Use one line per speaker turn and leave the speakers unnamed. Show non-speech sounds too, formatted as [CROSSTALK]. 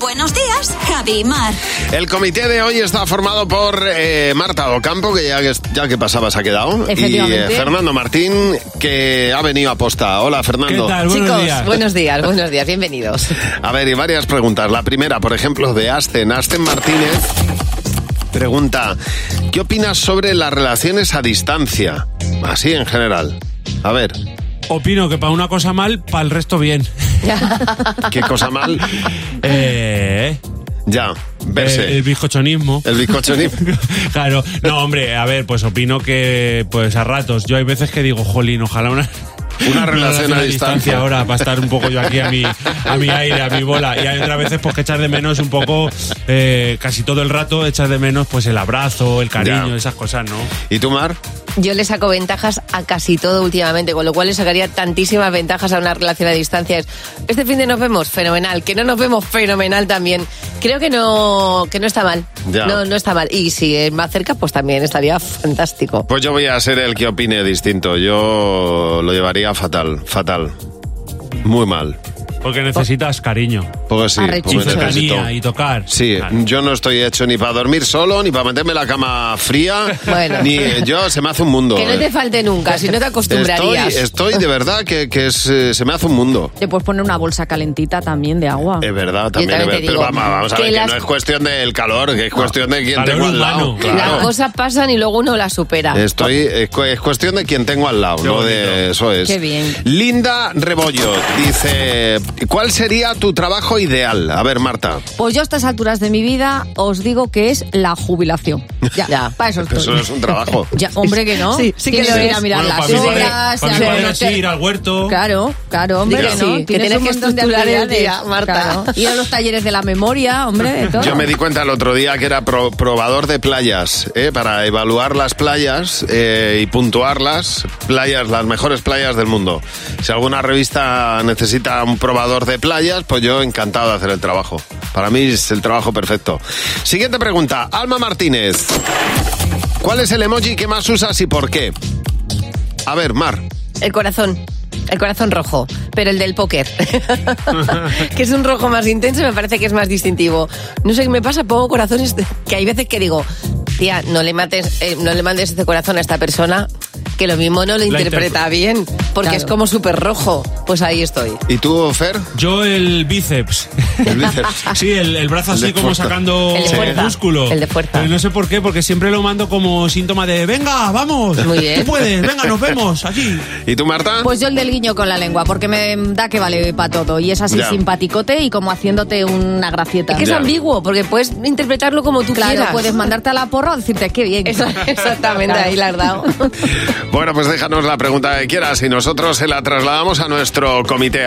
Buenos días, Javi y Mar.
El comité de hoy está formado por eh, Marta Ocampo, que ya, que ya que pasaba se ha quedado, y eh,
Efectivamente.
Fernando Martín, que ha venido a posta. Hola, Fernando.
Chicos, buenos días, buenos días, [LAUGHS] bienvenidos.
A ver, y varias preguntas. La primera, por ejemplo, de Asten. Asten Martínez pregunta, ¿qué opinas sobre las relaciones a distancia? Así en general. A ver,
Opino que para una cosa mal, para el resto bien.
¿qué cosa mal?
Eh,
Ya, verse.
El, el bizcochonismo.
El bizcochonismo.
[LAUGHS] claro. No, hombre, a ver, pues opino que pues a ratos. Yo hay veces que digo, jolín, ojalá [LAUGHS] una.
Una relación a distancia.
ahora para estar un poco yo aquí a mi, a mi aire, a mi bola. Y hay otras veces pues que echas de menos un poco, eh, casi todo el rato echas de menos pues el abrazo, el cariño,
Ya.
esas cosas, ¿no?
¿Y tú, Mar?
Yo le saco ventajas a casi todo últimamente, con lo cual le sacaría tantísimas ventajas a una relación a distancia. Es, Este fin de nos vemos, fenomenal. Que no nos vemos, fenomenal también. Creo que no, que no está mal.
Ya.
No, no está mal. Y si es más cerca, pues también estaría fantástico.
Pues yo voy a ser el que opine distinto. Yo lo llevaría fatal, fatal. Muy mal.
Porque necesitas cariño,
Porque sí,
Arrechizo.
porque necesito.
cercanía y tocar.
Sí,
Claro.
yo no estoy hecho ni para dormir solo, ni para meterme en la cama fría,
[LAUGHS] Bueno.
ni eh, yo, se me hace un mundo.
Que no te
eh.
falte nunca, si no te
estoy,
acostumbrarías.
estoy de verdad que, que es, eh, se me hace un mundo.
Te puedes poner una bolsa calentita también de agua.
Es verdad, también,
Ah. también
es ver-
te
pero
digo
vamos, vamos a
que
ver, que
las-
no es cuestión del calor, que es cuestión de quién
Calor
tengo al lado.
humano.
claro.
Las cosas pasan y luego uno las supera.
Estoy, es, cu- es cuestión de quien tengo al lado,
Qué
no
bonito.
de eso es.
Qué bien.
Linda Rebollo dice, ¿cuál sería tu trabajo ideal? A ver, Marta.
Pues yo a estas alturas de mi vida os digo que es la
[LAUGHS]
jubilación. Ya,
Ya.
para eso estoy.
Eso no es un trabajo.
Ya, hombre que no.
Sí, sí que
Tienes
lo
ir
es.
a mirar
Bueno,
las
para mí vale-
obras,
para mí
a
vale
ver-
así ir al huerto.
Claro, claro, hombre,
Di
que
que
no.
sí, que tienes
un
que
montón de
estructurar el
actividades.
día, Marta.
Claro. Ir a los talleres de la memoria, hombre, de todo.
Yo me di cuenta el otro día que era pro- probador de playas, ¿eh? para evaluar las playas eh, y puntuarlas, playas, las mejores playas del mundo. Si alguna revista necesita un probador de playas, pues yo encantado de hacer el trabajo. Para mí es el trabajo perfecto. Siguiente pregunta, Alma Martínez. ¿Cuál es el emoji que más usas y por qué? A ver, Mar.
El corazón. El corazón rojo, pero el del póker. [LAUGHS] que es un rojo más intenso, me parece que es más distintivo. No sé qué me pasa, pongo corazones de- que hay veces que digo, tía, no le mates, eh, no le mandes este corazón a esta persona, que lo mismo no lo
La
interpreta bien, porque
Claro.
es como súper rojo. Pues ahí estoy.
¿Y tú, Fer?
Yo el bíceps.
El bíceps.
Sí, el, el brazo
El de
así como
fuerza.
sacando
Ah. El de fuerza.
músculo.
El de fuerza.
Pero no sé por qué, porque siempre lo mando como síntoma de venga, vamos.
Muy bien.
Tú puedes, venga, nos vemos aquí.
¿Y tú, Marta?
Pues yo el del guiño con la lengua, porque me da que vale para todo. Y es así
Ya.
simpaticote y como haciéndote una gracieta.
Es que es
Ya.
ambiguo, porque puedes interpretarlo como tú
claro,
quieras. [LAUGHS]
puedes mandarte a la porra o decirte qué bien.
Eso- [LAUGHS] Exactamente,
Claro.
ahí la has dado.
Bueno, pues déjanos la pregunta que quieras y nosotros se la trasladamos a nuestro comité.